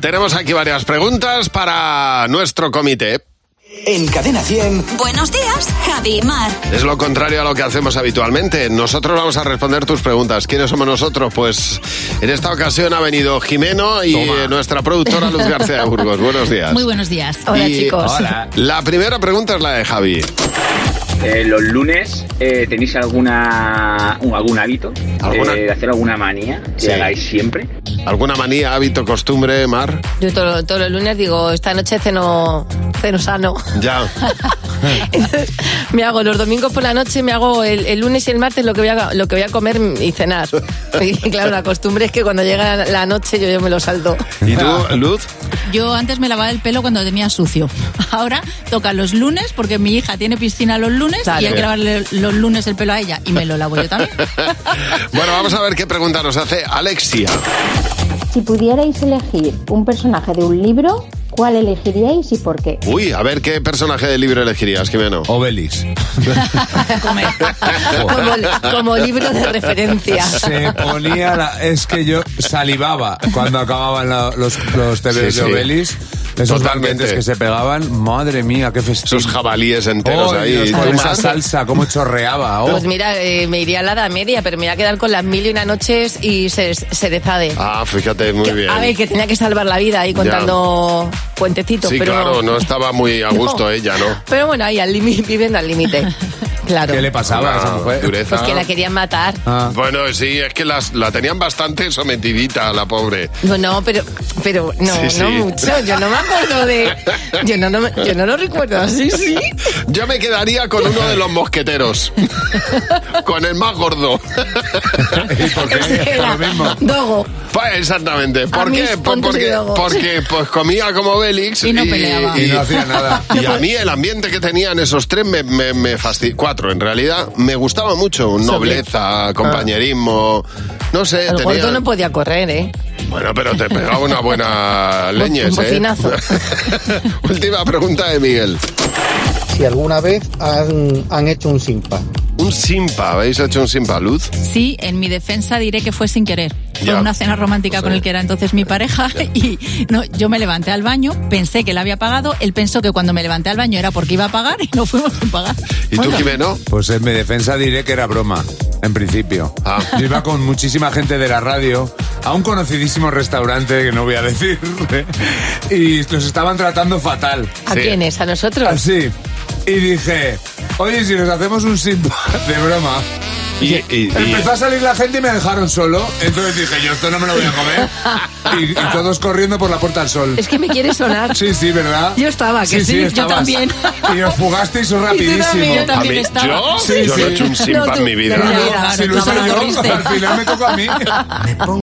Tenemos aquí varias preguntas para nuestro comité. En Cadena 100. Buenos días, Javi y Mar. Es lo contrario a lo que hacemos habitualmente. Nosotros vamos a responder tus preguntas. ¿Quiénes somos nosotros? Pues en esta ocasión ha venido Jimeno y eh, nuestra productora Luz García de Burgos. Buenos días. Muy buenos días. Hola, Y chicos. La primera pregunta es la de Javi. Eh, los lunes eh, tenéis alguna un- algún hábito ¿Alguna? eh, de hacer alguna manía que Sí. hagáis siempre. ¿Alguna manía, hábito, costumbre, Mar? Yo todo- todos los lunes digo, esta noche ceno, ceno sano. Ya. me hago los domingos por la noche, me hago el, el lunes y el martes lo que, voy a, lo que voy a comer y cenar. Y claro, la costumbre es que cuando llega la noche yo, yo me lo salto. ¿Y tú, Luz? Yo antes me lavaba el pelo cuando tenía sucio. Ahora toca los lunes porque mi hija tiene piscina los lunes Claro. y hay que lavarle los lunes el pelo a ella y me lo lavo yo también. Bueno, vamos a ver qué pregunta nos hace Alexia. Si pudierais elegir un personaje de un libro, ¿cuál elegiríais y por qué? Uy, a ver qué personaje del libro elegirías, Jimeno. Obelis. Come. Como, como libro de referencia. Se ponía la... Es que yo salivaba cuando acababan la- los, los TVs Sí, de sí. Obelis. Esos Totalmente. banquetes que se pegaban. Madre mía, qué festín. Esos jabalíes enteros Oh, ahí. Dios, con ¿Tú, esa Mar? salsa, cómo chorreaba. oh. Pues mira, eh, me iría a la edad media, pero me voy a quedar con las mil y una noches y se, se dezade. Ah, fíjate, muy bien. A ver, que tenía que salvar la vida ahí contando puentecitos. Sí, pero claro, no estaba muy a gusto No. ella, ¿no? Pero bueno, ahí al límite, viviendo al límite. Claro. ¿Qué le pasaba a esa Una mujer? dureza. Pues que la querían matar. Ah. Bueno, sí, es que las, la tenían bastante sometidita, la pobre. No, no, pero, pero no, Sí, sí. no mucho. Yo no me acuerdo de. Yo no, no me- yo no lo recuerdo así, sí. Yo me quedaría con uno de los mosqueteros. con el más gordo. ¿Y por qué? Ese Lo era mismo. Dogo. Pues exactamente. ¿Por mí qué? es Pues ponte porque, luego. porque pues comía como Bélix Y no peleaba. Y no hacía nada. Ah, Y pues a mí el ambiente que tenían esos tres me, me, me fasti- Cuatro, en realidad, me gustaba mucho. Nobleza, compañerismo. No sé, El gordo tenían- no podía correr, ¿eh? Bueno, pero te pegaba una buena leñes, Un ¿eh? bocinazo. Última pregunta de Miguel. si alguna vez han, han hecho un simpa. Un simpa, ¿habéis hecho un simpa luz? Sí, en mi defensa diré que fue sin querer. Fue Ya. una cena romántica Sí. con el que era entonces mi pareja y no, yo me levanté al baño, pensé que la había pagado, él pensó que cuando me levanté al baño era porque iba a pagar y no fuimos sin pagar. ¿Y tú, Jimeno? Pues en mi defensa diré que era broma, en principio. Ah. Yo iba con muchísima gente de la radio a un conocidísimo restaurante que no voy a decir y los estaban tratando fatal. ¿A Sí. quiénes? ¿A nosotros? Así. Y dije, oye, si nos hacemos un simpa de broma. Y, y- y- Empezó a salir la gente y me dejaron solo. Entonces dije, yo esto no me lo voy a comer. Y, y todos corriendo por la puerta al sol. Es que me quiere sonar. Sí, sí, ¿verdad? Yo estaba, que sí, yo estabas. también. Y os fugasteis también, rapidísimo. yo también. a mí- estaba. ¿Yo? Sí, yo no he sí. hecho un simpa No, tú, en mi vida. de No, verdad. si Claro, lo uso claro, yo, lo viste. al final me toca a mí.